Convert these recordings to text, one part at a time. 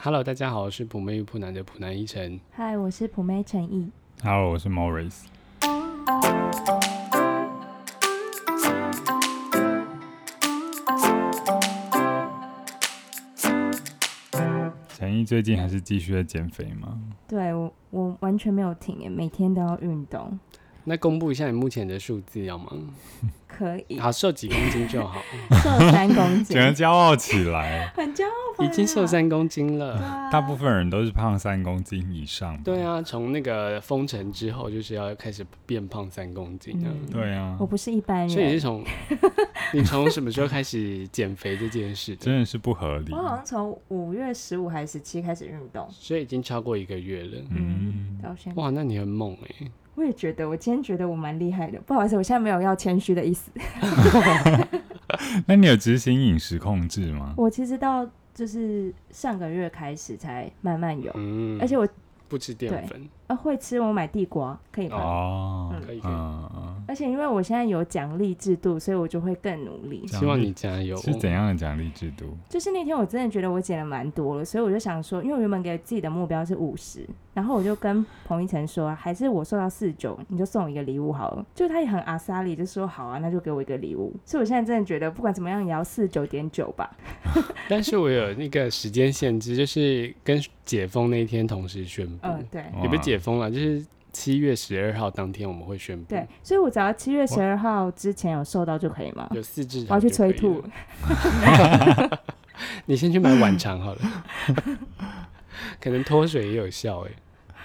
Hello，大家好，我是普妹与普男的普男一晨。嗨，我是普妹陈毅。 Hello，我是 Morris。陈毅最近还是继续在减肥吗？对我，我完全没有停耶，每天都要运动，那公布一下你目前的数字要吗？可 以好，瘦几公斤就 好，瘦三 公斤。整，个骄傲起来 很骄傲吧。已经瘦三公斤对了。啊，大部分人都是胖三公斤以上。对。啊，从那个封城之后，就是要开始变胖三公斤了。嗯对啊我，不是一般所以你是人，从 你从什么时候开始减肥这件事的？真的是不合理我。哦好像从五月十五还是十七开始运动，所以已经超过一个月了。嗯，到现在。哇，那你很猛哎、我也觉得，我今天觉得我蛮厉害的。不好意思，我现在没有要谦虚的意思。那你有执行饮食控制吗？我其实到就是上个月开始才慢慢有，嗯，而且我不吃淀粉，呃会吃，我买地瓜可以吗？哦，可以可以。嗯嗯，而且因为我现在有奖励制度，所以我就会更努力。奖希望励你加油。是怎样的奖励制度？就是那天我真的觉得我减了蛮多了，所以我就想说，因为我原本给自己的目标是五十，然后我就跟彭一晨说，还是我瘦到四九，你就送我一个礼物好了。就他也很阿萨里，就说好啊，那就给我一个礼物。所以我现在真的觉得，不管怎么样也要四九点九吧。但是我有那个时间限制，就是跟解封那一天同时宣布，嗯，对哦也不是解封了，就是七月十二号当天我们会宣布。对，，所以我只要七月十二号之前有瘦到就可以吗？有四只。我要去催吐。 你先去买晚肠好 了，可能脱水也有效哎、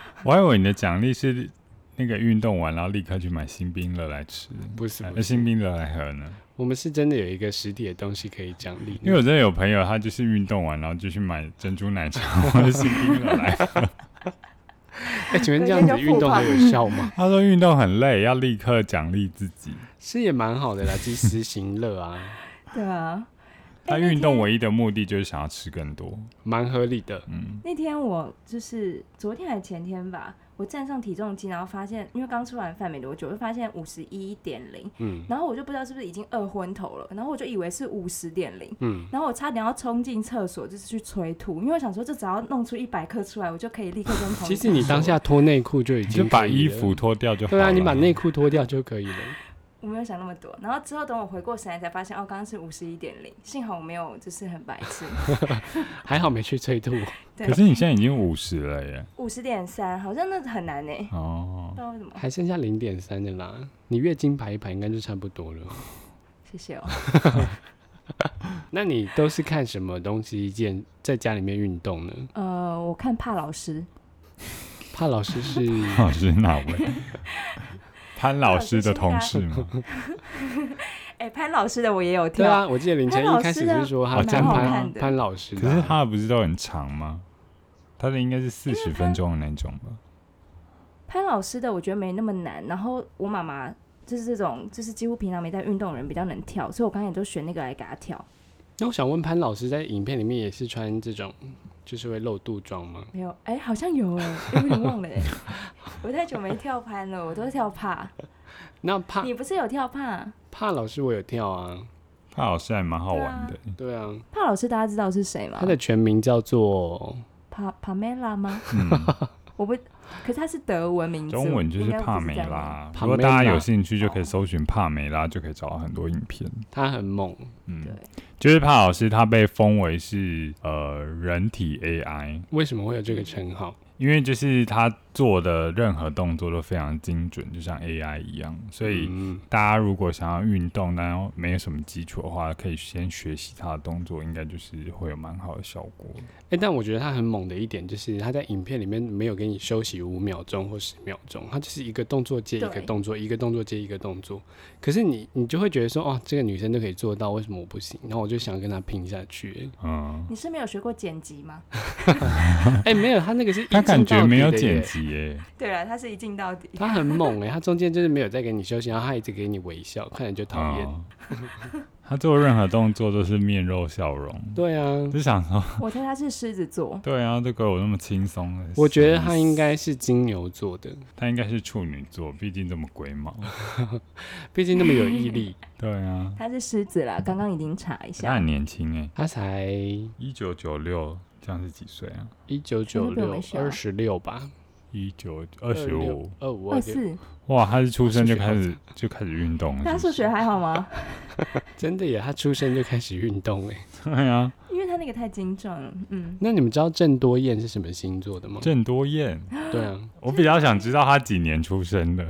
我还以为你的奖励是那个运动完，然后立刻去买新冰乐来吃，不是嗯那不是，新冰乐来喝呢？我们是真的有一个实体的东西可以奖励你。因为我真的有朋友，他就是运动完，然后就去买珍珠奶茶或者新冰乐来。 哎、请问这样子运动还有效吗？ 他说运动很累，要立刻奖励自己。是也蛮好的啦，及时行乐啊，对啊，他运动唯一的目的就是想要吃更多。蛮合理的。嗯，那天我就是昨天还是前天吧，我站上体重机，然后发现，因为刚吃完饭没多久，我就发现五十一点零，嗯然后我就不知道是不是已经饿昏头了，然后我就以为是五十点零，嗯，然后我差点要冲进厕所，就是去催吐，因为我想说这只要弄出一百克出来，我就可以立刻跟同其实你当下脱内裤就已你就经把可以衣了服脱掉就好对了。啊，你把内裤脱掉就可以了。我没有想那么多，然后之后等我回过神来才发现，哦，刚刚是五十一点零，幸好我没有就是很白痴，还好没去催吐。对可是你现在已经五十了耶。五十点三好像那很难呢、不哦知，道为什么，还剩下零点三的啦，你月经排一排应该就差不多了。谢谢哦。那你都是看什么东西健在家里面运动呢？呃，我看怕老师，怕老师是潘 老师是哪 位？潘老师的同事吗？哎、潘老师的我也有听对，啊，我记得凌晨潘老一师开始是说他的看蛮好潘看的潘老师的可啊，是他的不是都很长吗？他的应该是四因为十他分钟的那种吧。潘老师的我觉得没那么难，然后我妈妈就是这种，就是几乎平常没在运动的人比较能跳，所以我刚才也都选那个来给她跳。那我想问潘老师在影片里面也是穿这种就是会露肚装吗？没有，哎、好像有哎、哎 我有点忘了哎、我太久没跳潘了，我都跳帕。那啊怕你不是有跳啊帕？怕老师我有跳啊，他老师还蛮好玩的、对啊，帕老师大家知道是谁啊吗他？的全名叫做帕帕梅拉吗？嗯，我不，可是他是德文名字，中文就是应该不帕是梅这样吧。拉。帕如梅拉果大家有兴趣，就可以搜寻帕梅拉，就可以找到很多影片。他很猛，嗯对，就是帕老师他被封为是呃人体 AI，为什么会有这个称号？因为就是他做的任何动作都非常精准，就像 AI 一样。所以嗯大家如果想要运动，然后没有什么基础的话，可以先学习他的动作，应该就是会有蛮好的效果。哎、但我觉得他很猛的一点就是，他在影片里面没有给你休息五秒钟或十秒钟，他就是一个动作接一个对动作，一个动作接一个动作。可是你你就会觉得说，哦，这个女生都可以做到，为什么我不行？然后我就想跟她拼下去。嗯，你是没有学过剪辑 吗？哎、没有，他那个是一他感镜到觉没有底的耶剪，辑耶，对了，他是一镜到底。他很猛哎、他中间就是没有再给你休息，然后他一直给你微笑，看着就讨厌。嗯 他做任何动作都是面露笑容，对啊，就想说，。我猜他是狮子座对啊，这个我那么轻松的。我觉得他应该是金牛座的，他应该是处女座，毕竟这么龟毛。 毕竟那么有毅 力，对啊，他是狮子啦，刚刚已经查一他下很。年轻哎、他才一九九六，这样是几岁啊？一九九全部比我六们小二十六吧，一九二十五，二五二二六，四，哇，他是出生就数学好开始就开始运动了，他数学还好吗？真的耶！他出生就开始运动哎。是不是对啊，因为他那个太精壮了，嗯，那你们知道郑多燕是什么星座的吗？郑多燕，对啊，我比较想知道他几年出 生的。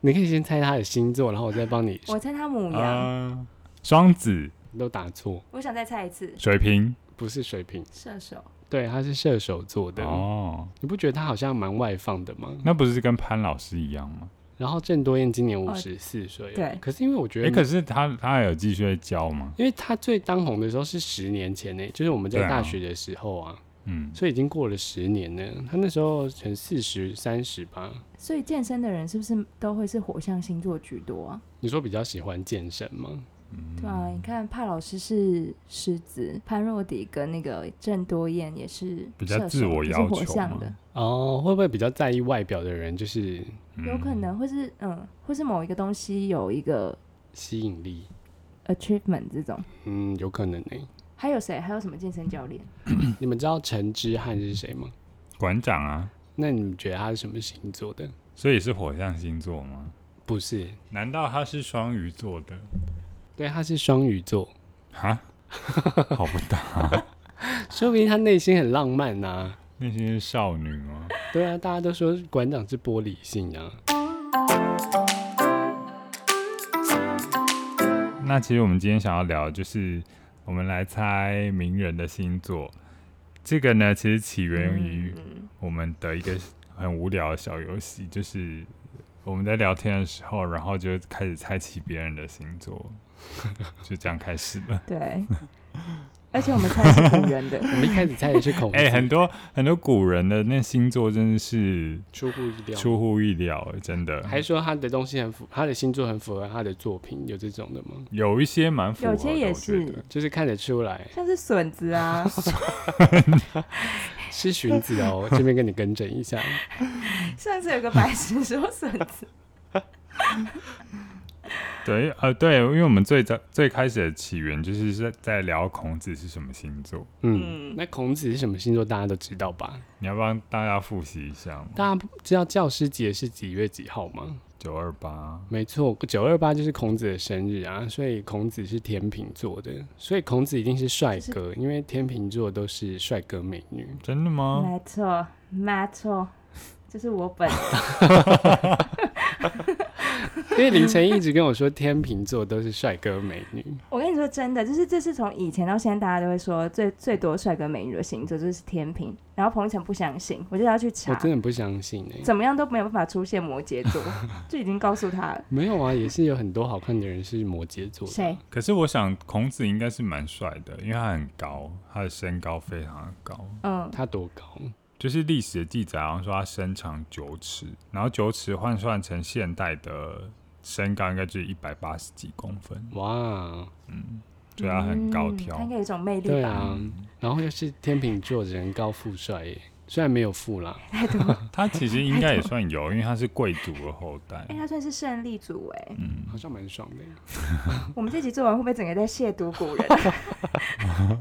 你可以先猜他的星座，然后我再帮你。我猜他母羊，啊，双子、都打错，我想再猜一次，水瓶，不是水瓶，射手，对，他是射手座的。哦，你不觉得他好像蛮外放的吗？那不是跟潘老师一样吗？然后郑多燕今年五哦十四岁了，啊对可是因为我觉哎、得，可是他他有继续在教吗？因为他最当红的时候是十年前呢，就是我们在对啊大学的时候啊，嗯，所以已经过了十年了。他那时候成四十三十吧。所以健身的人是不是都会是火象星座居多啊？你说比较喜欢健身吗？嗯对啊，你看帕老师是狮子，潘若迪跟那个郑多燕也是比较射手自我就是要火求象嘛的，哦，会不会比较在意外表的人就是有可能会是嗯，或是某一个东西有一个吸引力？ achievement 这种。嗯，有可能呢。还有谁？还有什么健身教练？你们知道陈之翰是谁吗？馆长啊，那你们觉得他是什么星座的？所以是火象星座吗？不是，难道他是双鱼座的？对，他是双鱼 座，哈，好不搭，说不定他内心很浪漫呐、那些是少女吗？对啊，大家都说馆长是玻璃心啊。那其实我们今天想要聊，的就是我们来猜名人的星座。这个呢，其实起源于嗯我们的一个很无聊的小游戏，就是我们在聊天的时候，然后就开始猜起别人的星 座，就这样开始了。对。 而且我们猜是古人的，我们一开始猜的是 孔子，哎、很多很多古人的那星座真的是出乎意料。出乎意料，欸真的。还说他的东西很符，他的星座很符合他的作品，有这种的吗？有一些蛮符合有的，些也我觉得是，就是看得出来像是笋子啊， 是荀子哦， 这边跟你更正一下。上次有个白痴说笋子，对，呃，对，因为我们最早最开始的起源就是在在聊孔子是什么星座，嗯，嗯那孔子是什么星座？大家都知道吧？你要帮大家复习一下吗？大家知道教师节是几月几号吗？九二八，没错，九二八就是孔子的生日啊，所以孔子是天秤座的，所以孔子一定是帅哥，因为天秤座都是帅哥美女。 真的吗？没错，没错，这是我本因为凌晨一直跟我说天秤座都是帅哥美女，我跟你说真的，就是这是从以前到现在，大家都会说最最多帅哥美女的星座就是天平，然后彭一晨不相信，我就要去我查，真的不相信哎、怎么样都没有办法出现摩羯 座，就已经告诉他了。没有啊，也是有很多好看的人是摩羯座的。谁？可是我想孔子应该是蛮帅的，因为他很高，他的身高非常的高，嗯，他多高？就是历史的记载好像说他身长九尺，然后九尺换算成现代的身高应该就是一百八十几公分，哇，对他很高挑嗯他应该有一种魅对力吧？啊，然后又是天秤座的人高富帅耶，虽然没有富啦，嗯他其实应该也算有，因为他是贵族的后代哎、，他算是胜利组哎、嗯，好像蛮爽的耶。我们这集做完会不会整个在亵渎古 人？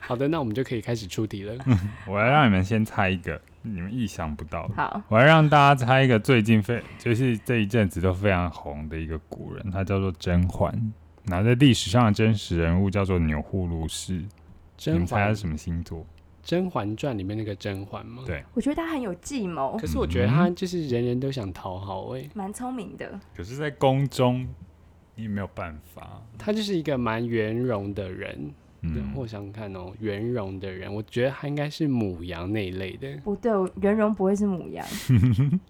好的，那我们就可以开始出题了。嗯我要让你们先猜一个你们意想不到的。好，我要让大家猜一个最近非就是这一阵子都非常红的一个古人，他叫做甄嬛。然后在历史上的真实人物叫做钮祜禄氏，你甄们猜他嬛，是什么星座？ 《甄嬛传》里面那个甄嬛吗？对我觉得他很有计谋，可是我觉得嗯他就是人人都想讨好哎、蛮聪明的。可是，在宫中你也没有办法。他就是一个蛮圆融的人。对嗯，我想想看哦，圆融的人，我觉得他应该是母羊那一类的，不对，我圆融不会是母羊，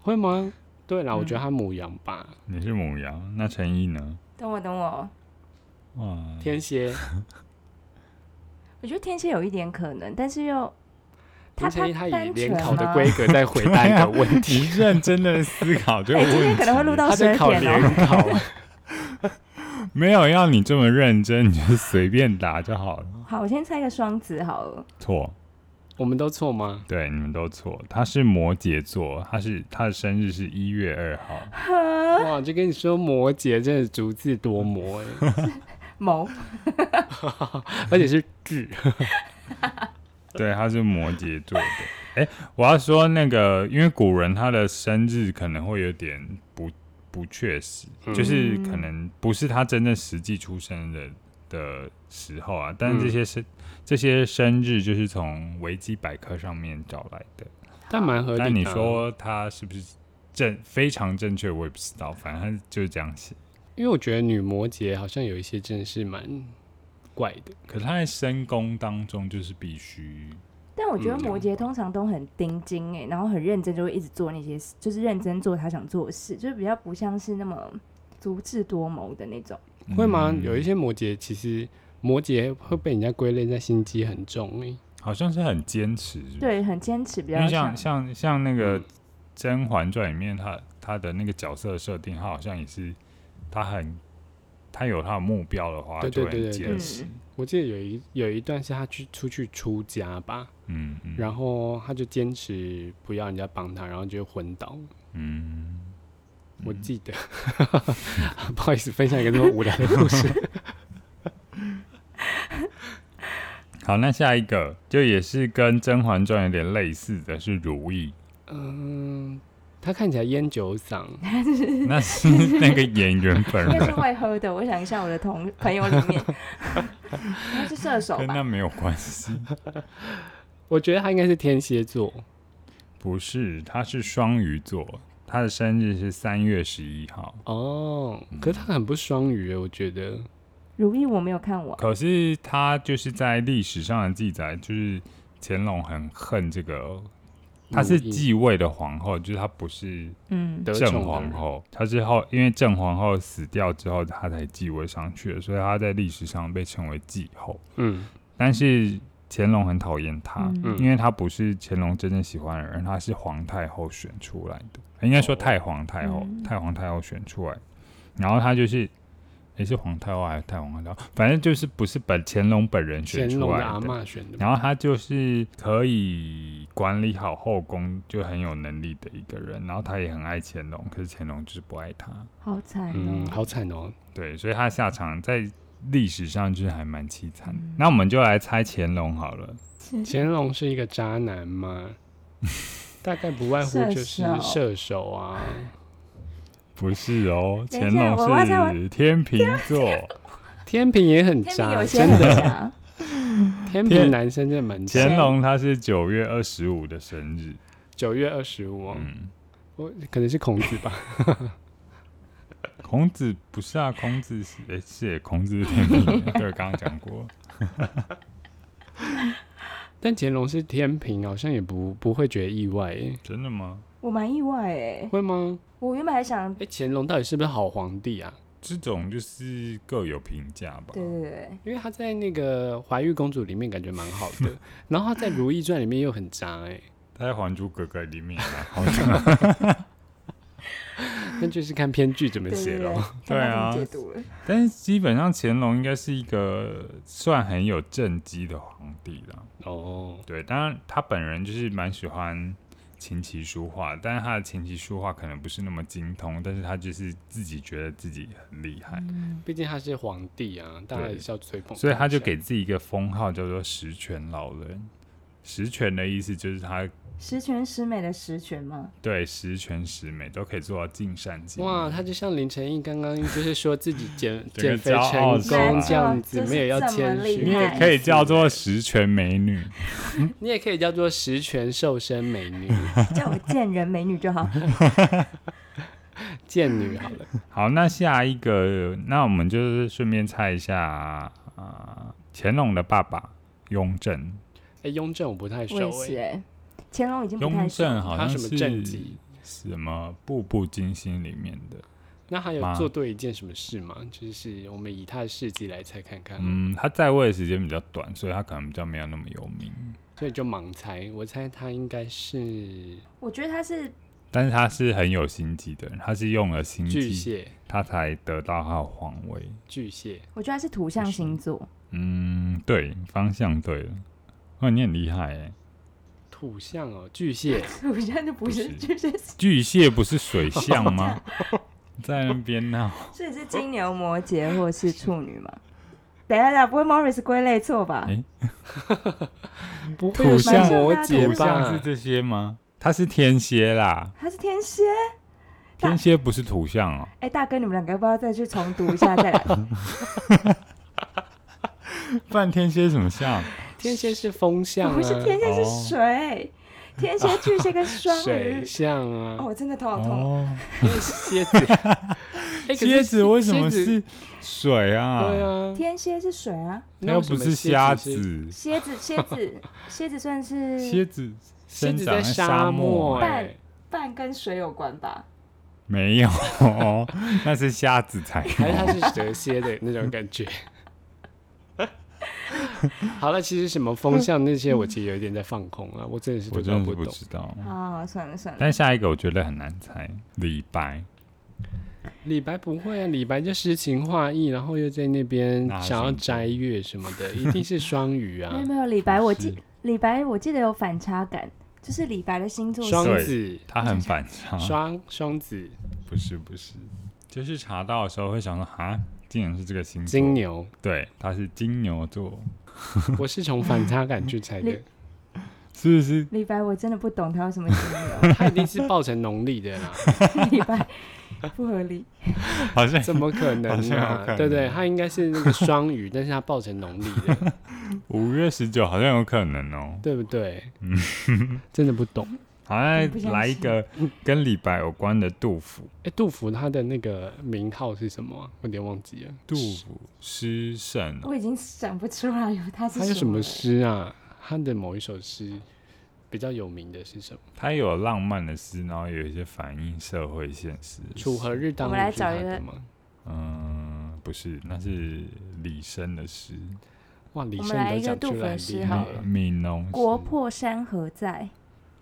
会吗？对啦，我觉得他母羊吧，你是母羊，那陈毅呢？等我等我，哇，天蝎。我觉得天蝎有一点可能，但是又他林晨一他他以单联纯考的吗规格在回答你的问你题，认真的思考这个哎、问题，今 天可能会录到他十二在考联点哦、考，没有要你这么认真，你就随便答就好了。 好，我先猜个双子好了。错，我们都错 吗？对，你们都错。他是摩羯座，他是他的生日是一月二号。哇，就跟你说摩羯真的足智多谋 哎，某而且是智。对，他是摩羯座的。哎、我要说那个，因为古人他的生日可能会有点不不确实，嗯就是可能不是他真正实际出生的的时候啊。但嗯是这些生、这些生日就是从维基百科上面找来的。但蛮合理的啊。但你说他是不是正非常正确，我也不知道，反正他就是这样写。因为我觉得女摩羯好像有一些真的是蛮怪的，可是他在深宫当中就是必须但我觉得嗯摩羯通常都很盯紧哎、然后很认真，就会一直做那些事，就是认真做他想做的事，就是比较不像是那么足智多谋的那种。会吗？嗯有一些摩羯其实摩羯会被人家归类在心机很重欸诶、好像是很坚持，是不是，对，很坚持，比因较为像像像像那个《嗯甄嬛传》里面，他他的那个角色设定，他好像也是他很他有他的目标的话，对对就会对嗯很对坚持。我记得有一有一段是他去出去出家吧，嗯嗯，然后他就坚持不要人家帮他，然后就昏倒了。嗯，我记得， 不好意思，分享一个这么无聊的故事。 好，那下一个就也是跟《甄嬛传》有点类似的是 如意，嗯，他看起来烟酒嗓，那是那个演员本应 该是人，会喝的。我想一下，我的同朋友里 面，应该是射手跟吧他？没有关系。我觉得他应该是天蝎座。不是，他是双鱼座，他的生日是三月十一号。哦，嗯可是他很不双鱼耶，我觉得。如意我没有看完，可是他就是在历史上的记载，就是乾隆很恨这个，他是如意继位的皇后，就是他不是嗯，得宠啊正的皇人，后，他是后因为正皇后死掉之后，他才继位上去的，所以他在历史上被称为继后。嗯但是乾隆很讨厌他，嗯嗯，因为他不是乾隆真正喜欢的人，他是皇太后选出来的，应该说哦太皇太后，嗯太皇太后选出来，然后他就是也、是皇太后还是太皇太后，反正就是不是本乾隆本人选乾出隆来的阿的。嬷选的吧，然后他就是可以管理好后宫，就很有能力的一个人。然后他也很爱乾隆，可是乾隆就是不爱他。好惨嗯，哦。好惨哦。对，所以他下场在历史上就是还蛮凄惨嗯的。那我们就来猜乾隆好了。乾隆是一个渣男嘛，大概不外乎就是射手射手啊。不是哦，等一下乾我要再隆玩是天秤 座，天平也很天秤渣，有些真很 的，渣，天平男生真的蛮渣。乾隆他是九月二十五的生日，九月二十五，嗯，我可能是孔子吧。孔子不是啊，孔子是诶是耶孔子是天秤，对，刚刚讲 过，但乾隆是天平，好像也不不会觉得意外耶，真的吗？我蛮意外哎。会吗？我原本还想，哎、乾隆到底是不是好皇帝啊？这种就是各有评价吧，对对对对，因为他在那个《怀玉公主》里面感觉蛮好的，然后他在《如懿传》里面又很渣哎、他在《还珠格格》里面也蛮好的，那就是看编剧怎么对写对对咯。对看他啊怎么解读了。 但是基本上乾隆应该是一个算很有政绩的皇帝啦，哦，对，当然他本人就是蛮喜欢琴棋书画，但是他的琴棋书画可能不是那么精通，但是他就是自己觉得自己很厉害，嗯毕竟他是皇帝啊，大家也是要吹捧他一下，所以他就给自己一个封号叫做“十全老人”。十全的意思就是他十全十美的十全吗？对十全十美都可以做到尽善尽美。哇，他就像林晨毅刚刚就是说自己 减整个减肥骄成傲功起来这样子，就是没有要谦这么虚，你厉也害可以叫做十全美女， 你也可以叫做十全瘦身美女、叫我见人美女就 好。 贱女好了。好，那下一个，那我们就是顺便猜一下啊、乾隆的爸爸雍正，哎，雍正我不太我熟也是哎，哎，乾隆已经不太雍熟。正啊好他像什是么政绩？什么《步步惊心》里面的，那还有妈做对一件什么事吗？就是我们以他的事迹来猜看看，嗯，他在位的时间比较短，所以他可能比较没有那么有名，所以就盲猜。我猜他应该是我觉得他是但是他是很有心机的人，他是用了心巨机，蟹，他才得到他的皇位。巨蟹。我觉得他是土象星座， 嗯，对，方向对了。哦，你很厉害哎！土象哦，巨蟹， 土象就不是 不是巨蟹，巨蟹不是水象 吗？在那边闹， 所以是金牛、摩羯或是处女嘛？等一下，等一下，不会 Morris 归类错吧？诶不会土有象像摩羯土象是吧？这些吗？他是天蝎啦，他是天蝎。那天蝎不是土象哦、哎、大哥，你们两个要不要再去重读一 下？再来，不然天蝎是什么象？天蝎是风象啊，不是天蝎是哦水，天蝎、啊巨蟹跟双鱼水。象哦，啊，我真的头好痛。哦， 因为蝎子，哎可是蝎子为什么蝎子是水啊？对，啊，天蝎是水啊，它那又为什不么是蝎嗯瞎是，子，蝎子，蝎子，蝎子算是蝎子蝎生子长在沙沙漠哎哎、半跟水有关吧？没有，那是瞎子才还是有。它是蛇蝎 的那种感觉。 好了，其实什么风向那些，我其实有一点在放空啊，我真的是我对真搞的是不懂。知道。嗯啊、算了算了，但下一个我觉得很难猜，李白李白不会啊，李白就诗情画意，然后又在那边那是想要什么摘月什么的，一定是双鱼 没啊有，没有，李白我记是李白我记得有反差感，就是李白的星座是双对子，他很反常，双双子，不是不是，就是查到的时候会想说，哈，竟然是这个星座，金牛，对，他是金牛座，我是从反差感去猜的李，是不是？李白我真的不懂他有什么金牛，他一定是抱成农历 的啦，李 白不合理。好像怎么可能好像有啊可？能对对，他应该是那个双鱼，但是他抱成农历 的，五月十九好像有可能哦。对不对？嗯真的不懂。好，我不相信像来一个跟李白有关的杜甫，哎、杜甫他的那个名号是什么、啊？我有点忘记了。杜甫诗圣哦，我已经想不出来有他是他有什么了诗啊？他的某一首诗比较有名的是什么？他有浪漫的诗，然后有一些反映社会现实的诗。楚河日当我午们来是找他一的个吗？嗯，不是，那是李绅的诗，哇，李我们胜来都一个讲杜出甫来的很诗厉好害了了。悯农诗国破山河在，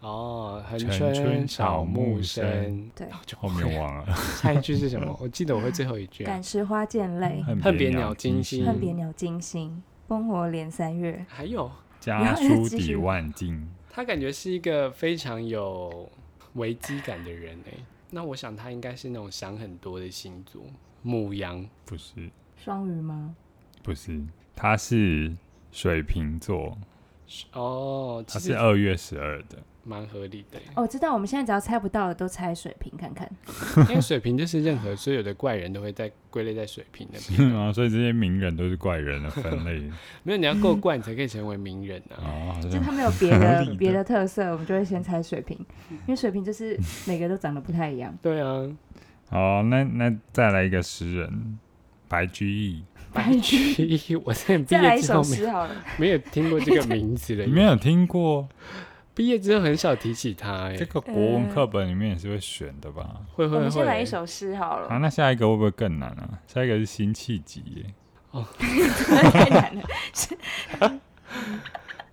哦，横城春春草草木木深深。对啊就后面忘了，下一句是什么？我记得我会最后一句、啊嗯感。时花溅泪，恨恨别别鸟惊心恨别鸟惊心，烽火连三月。还有，家书抵万金，他感觉是一个非常有危机感的人哎、那我想他应该是那种想很多的星座，母羊。不是双鱼吗？不是，他是水瓶座，哦，他其是实二月十二的，蛮合理的、欸。哦，我知道，我们现在只要猜不到的都猜水瓶看看。因为水瓶就是任何所有的怪人都会在归类在水瓶那边，是 吗？所以这些名人都是怪人的分类没有你要够怪，你才可以成为名人啊。。哦，好就像他们有别 的嗯合理的别的特色，我们就会先猜水瓶，因为水瓶就是每个都长得不太一样对啊，好，那那再来一个诗人，白居易，白居 易，我在毕 再来业一之首后没诗好了，没有听过这个名字了 你，没有听过？毕业之后很少提起他、这欸，个国文课本里面也是会选的吧？会我会们会先来一首诗好啊，了，那下一个会不会更难啊？下一个是辛弃疾耶， 太难了。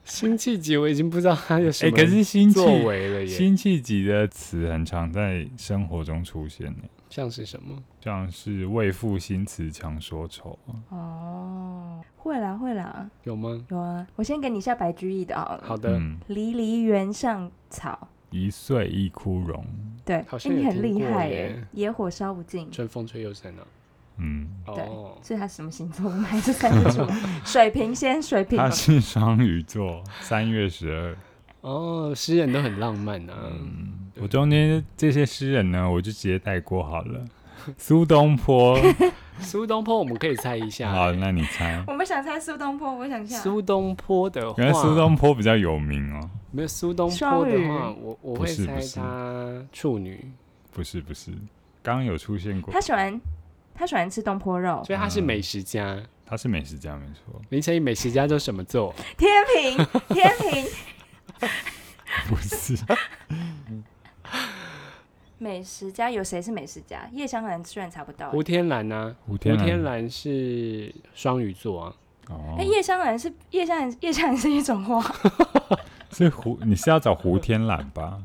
辛弃疾，我已经不知道他有什哎，么可是辛弃作为了耶，辛弃疾的词很常在生活中出现耶，像是什么？像是“为赋新词强说愁” 啊，哦，会啦会啦，有吗？有啊，我先给你一下白居易的好了。好的，嗯，离离原上草，一岁一枯荣，对，好哎像你有很听厉过害耶耶，野火烧不尽。春风吹又生啊。嗯，对哦，所以他什么星座我们还是看不 出来。水瓶先，水瓶他是双鱼座，三月十二。哦，诗人都很浪漫啊。嗯，我中间这些诗人呢，我就直接带过好了。苏东 坡，苏东坡我们可以猜一下好，欸，那你猜？我们想猜苏东坡，我想想，苏东坡的原来话，苏东坡比较有名哦，没有苏东坡双的话，鱼我我不会是不猜是他处女，不是不是，刚刚有出现过他，喜欢他喜欢吃东坡肉，所以他是美食家。他是美食家没错，林晨宇美食家都什么座？天平，天平，不是美食家有谁是美食家？叶湘兰虽然查不到，胡天蓝呢、胡胡天天蓝蓝是双鱼座啊，哦哎，，叶湘兰是叶湘兰，叶湘兰是一种花， 是胡，你是要找胡天蓝吧？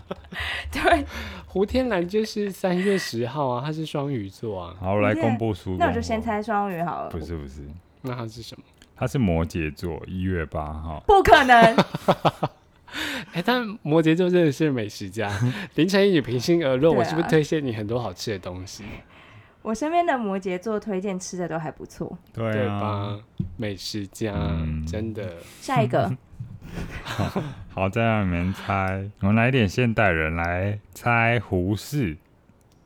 对。胡天蓝就是三月十号啊，他是双鱼座啊，好，我来公布苏东坡，那我就先，猜双鱼好了不，是不是，那他是什么？他是摩羯座，一月八号，不可能， 哎、但摩羯座真的是美食家。林晨宇，你平心而论，对啊我是不是推荐你很多好吃的东西？我身边的摩羯座推荐吃的都还不错。对对啊，吧？美食家、嗯真的下一个好，再让你们猜，我们来一点现代人来猜胡适，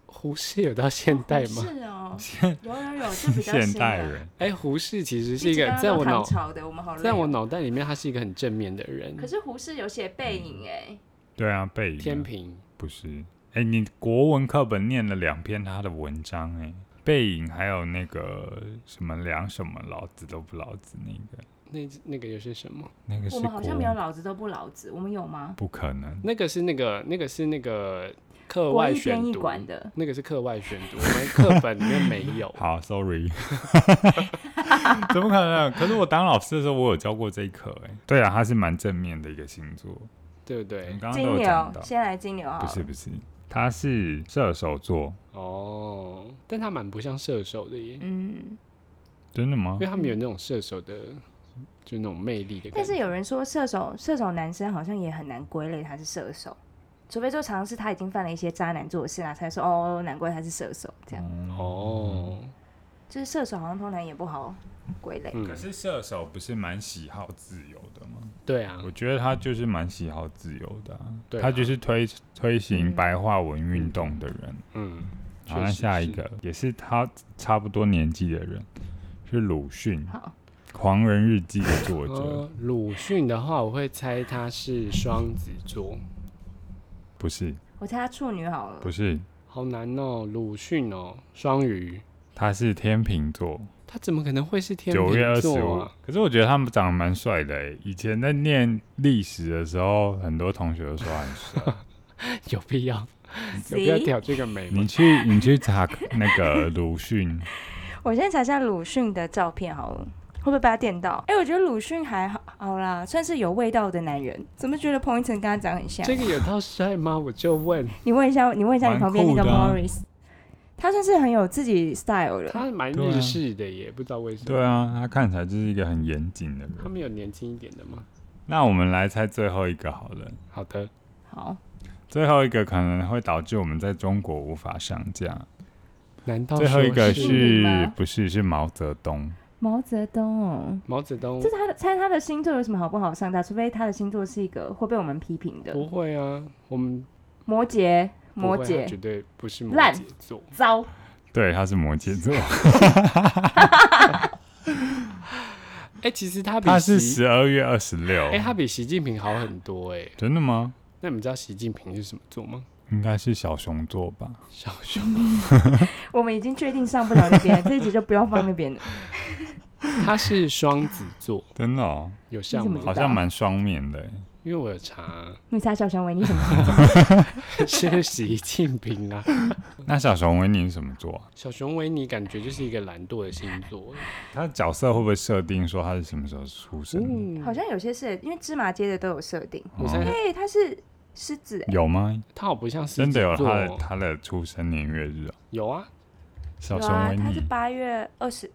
胡适有到 现代吗？是哦，有有有，就比较现新啊代的人，哎、胡适其实是一一直个刚刚在都我唐脑朝的，我们好累哦。在我脑袋里面，他是一个很正面的人。可是胡适有写背影嗯哎，对啊，背影啊天平不是，哎，你国文课本念了两篇他的文章，哎，背影还有那个什么梁什么老子都不老子那个，那那个又是什么？那个是我们好像国没有文老子都不老子，我们有吗？不可能，。那个是那个那个是那个课国外一选编译读馆的那个是课外选读，我们课本里面没有好，sorry，怎么可能？可是我当老师的时候，我有教过这一课哎、对啊，他是蛮正面的一个星座，对不你对？刚刚都金有牛讲到，，先来金牛好不了。是不是，他是射手座，哦，但他蛮不像射手的耶，嗯，真的吗因为？他们有那种射手的，就那种魅力的感但是觉。有人说射手射手男生好像也很难归类他是射手，除非就常常是他已经犯了一些渣男做的事啦，才说哦，难怪他是射手这样。嗯嗯哦，就是射手好像通常也不好归类。嗯可，是射手不是蛮喜好自由的吗？对啊我，觉得他就是蛮喜好自由的啊、对啊他就是推推行嗯白话文运动的人。嗯，好，确那实下一是个也是他差不多年纪的人，是鲁迅《好，狂人日记》的作者，呃，鲁迅的话，我会猜他是双子座，不是，我猜他处女好了不。是，好难哦，鲁迅哦，双鱼，他是天秤座，他怎么可能会是天九月二秤十座五啊？。可是我觉得他们长得蛮帅的、欸，以前在念历史的时候，很多同学都说他很帅。 有必要有必要 C，挑这个眉吗你？去你去查那个鲁迅，我先查一下鲁迅的照片好了。会不会被他电到？哎、我觉得鲁迅还好，好啦，算是有味道的男人。怎么觉得彭昱晨跟他长很像？这个有到帅吗？我就问，你问一下，你问一下你旁边那个蛮酷的啊 Morris，、他算是很有自己 style 的。他蛮对啊日式的耶，不知道为什么。对啊，他看起来就是一个很严谨的人。他们有年轻一点的吗？那我们来猜最后一个好了，好的，好，最后一个可能会导致我们在中国无法上架。难道最后一个说是你是吗不是是毛泽东？毛泽东哦，毛泽东这？是他的猜他的星座有什么好不好上架？除非他的星座是一个会被我们批评的不哦会啊，我们摩羯，不摩会他啊绝羯，对不是摩烂羯座。糟，对，他是摩羯 座，哎，其实他比他是习十二月二十六。哎，他比习近平好很多哎。真的吗？那你们知道习近平是什么座吗？应该是小熊座吧？小熊，我们已经确定上不了那边，这一集就不要放那边了。他是双子座，真的哦，有像你怎么知好吗道？像蛮双面的欸。因为我有查， 你猜小熊维尼什么？是习近平啊。那小熊维尼是什么座啊？小熊维尼感觉就是一个懒惰的星座，他的角色会不会设定说他是什么时候出生？嗯，好像有些是，因为芝麻街的都有设定。我猜哦哎、他是狮子、哎有吗？他好不像狮真子的有座他的哦，他的出生年月日啊？有啊，小有熊啊维，他是尼，八月二十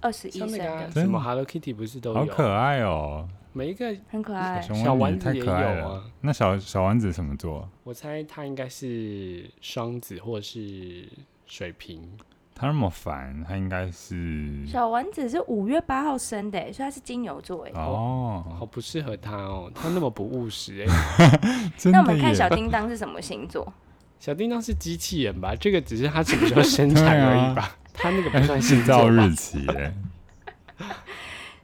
二十一像那生个啊的，真什的么 Hello Kitty 不是都好有，可爱哦！每一个很可小爱。熊小维丸尼子太也可爱有了啊。那小小丸子什么座啊？我猜他应该是双子或是水瓶，他那么烦，他应该是小丸子是五月八号生的、哎所以他是金牛座哎、哦，好不适合他哦，他那么不务实哎、 真那我的们看小耶！叮当是什么星座？ 小叮当是机器人吧？这个只是他什么时候生产而已吧？他那个不算 制星造座吧日期耶，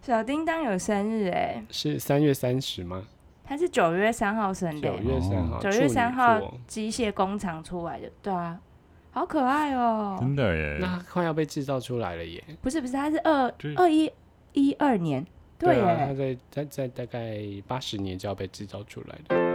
小叮当有生日哎、是三月三十吗？他是九月三号生的、欸九月三号，嗯哦九啊处月女三号座，机械工厂出来的，对啊，好可爱哦、真的耶那！他快要被制造出来了耶。不是不是，他是二这二一一二年，对啊耶、啊，他在在在大概八十年就要被制造出来的。